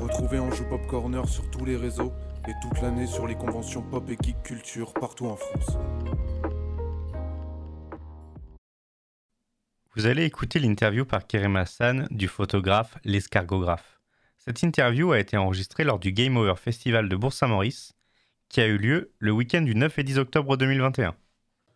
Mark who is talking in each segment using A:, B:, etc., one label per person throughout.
A: Retrouvez Anjou Pop Corner sur tous les réseaux et toute l'année sur les conventions pop et geek culture partout en France.
B: Vous allez écouter l'interview par Kerem Hassan du photographe L'Escargographe. Cette interview a été enregistrée lors du Game Over Festival de Bourg-Saint-Maurice qui a eu lieu le week-end du 9 et 10 octobre 2021.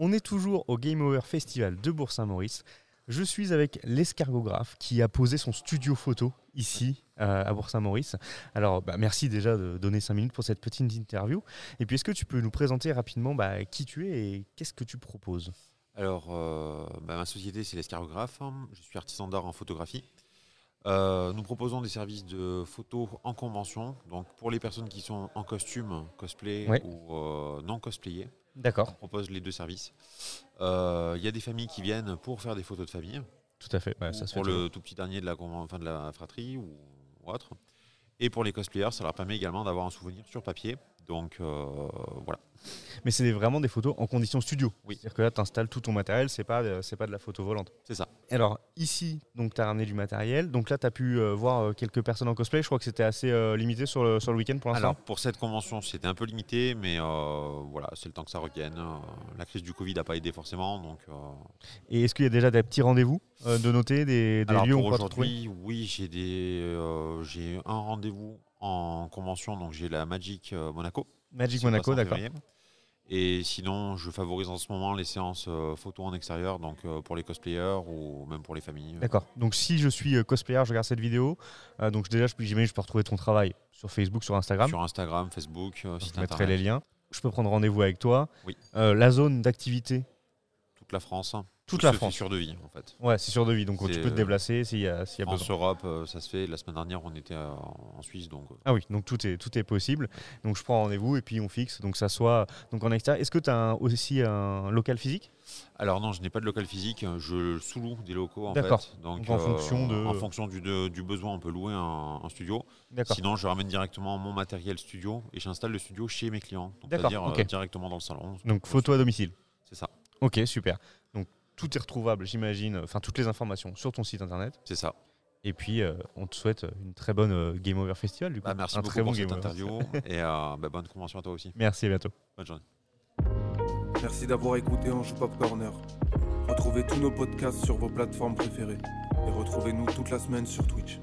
C: On est toujours au Game Over Festival de Bourg-Saint-Maurice. Je suis avec l'escargographe qui a posé son studio photo ici euh, à Bourg-Saint-Maurice. Alors bah, merci déjà de donner 5 minutes pour cette petite interview. Et puis est-ce que tu peux nous présenter rapidement bah, qui tu es et qu'est-ce que tu proposes
D: Alors euh, bah, ma société c'est l'escargographe. Je suis artisan d'art en photographie. Euh, nous proposons des services de photo en convention, donc pour les personnes qui sont en costume, cosplay
C: Ouais.
D: ou euh, non cosplayées.
C: D'accord,
D: On propose les deux services. Euh, Il y a des familles qui viennent pour faire des photos de famille,
C: tout à fait. Ouais,
D: ou
C: ça se fait
D: pour
C: toujours.
D: le tout petit dernier de la, conven- enfin, de la fratrie ou, ou autre. Et pour les cosplayers, ça leur permet également d'avoir un souvenir sur papier. Donc euh, voilà.
C: Mais c'est vraiment des photos en condition studio.
D: Oui.
C: C'est-à-dire que là, tu installes tout ton matériel, c'est pas, euh, c'est pas de la photo volante.
D: C'est ça.
C: Alors ici, donc tu as ramené du matériel. Donc là, tu as pu euh, voir euh, quelques personnes en cosplay. Je crois que c'était assez euh, limité sur le, sur le week-end pour l'instant.
D: Alors pour cette convention, c'était un peu limité, mais euh, voilà, c'est le temps que ça revienne. Euh, La crise du Covid n'a pas aidé forcément, donc. euh,
C: Et est-ce qu'il y a déjà des petits rendez-vous euh, de noter, des, des
D: Alors
C: lieux où
D: pour
C: on peut te retrouver
D: aujourd'hui, oui, j'ai des, euh, j'ai un rendez-vous en convention, donc j'ai la Magic euh, Monaco.
C: Magic
D: qui
C: Monaco,
D: passe en
C: d'accord.
D: février. Et sinon, je favorise en ce moment les séances euh, photo en extérieur, donc euh, pour les cosplayers ou même pour les familles. euh,
C: D'accord. Donc si je suis euh, cosplayer, je regarde cette vidéo. euh, donc déjà, je, peux- j'imagine que je peux retrouver ton travail sur Facebook, sur Instagram.
D: Sur Instagram, Facebook, euh,
C: je
D: site
C: mettrai
D: internet,
C: les liens. Je peux prendre rendez-vous avec toi.
D: Oui.
C: Euh, la zone d'activité,
D: toute la France.
C: toute
D: Tout
C: la
D: se fait
C: France.
D: sur devis, en fait.
C: Ouais, c'est sur devis. Donc
D: C'est,
C: tu peux te
D: euh,
C: déplacer s'il y a, s'il y a besoin.
D: France, Europe, euh, ça se fait. La semaine dernière, on était euh, en Suisse, donc euh,
C: Ah oui, donc tout est, tout est possible. Donc je prends rendez-vous et puis on fixe. Donc ça soit donc en extérieur. Est-ce que tu as aussi un local physique
D: Alors non, je n'ai pas de local physique, je sous-loue des locaux en fait.
C: D'accord.
D: Donc, euh,
C: Donc, en fonction de-
D: en fonction du, de- du besoin, on peut louer un, un studio.
C: D'accord.
D: Sinon, je ramène directement mon matériel studio et j'installe le studio chez mes clients. Donc,
C: D'accord,
D: C'est-à-dire euh,
C: ok.
D: directement dans le salon.
C: Donc photo à domicile.
D: C'est ça,
C: Ok, super. Donc tout est retrouvable, j'imagine. Enfin toutes les informations sur ton site internet.
D: c'est ça.
C: Et puis euh, on te souhaite une très bonne euh, Game Over Festival du coup.
D: Bah, merci
C: un
D: beaucoup
C: très bon
D: pour
C: Game
D: cette
C: Over.
D: interview et euh, bah, bonne convention à toi aussi.
C: Merci à bientôt.
D: Bonne journée.
A: Merci d'avoir écouté Anjou Pop Corner. Retrouvez tous nos podcasts sur vos plateformes préférées et retrouvez-nous toute la semaine sur Twitch.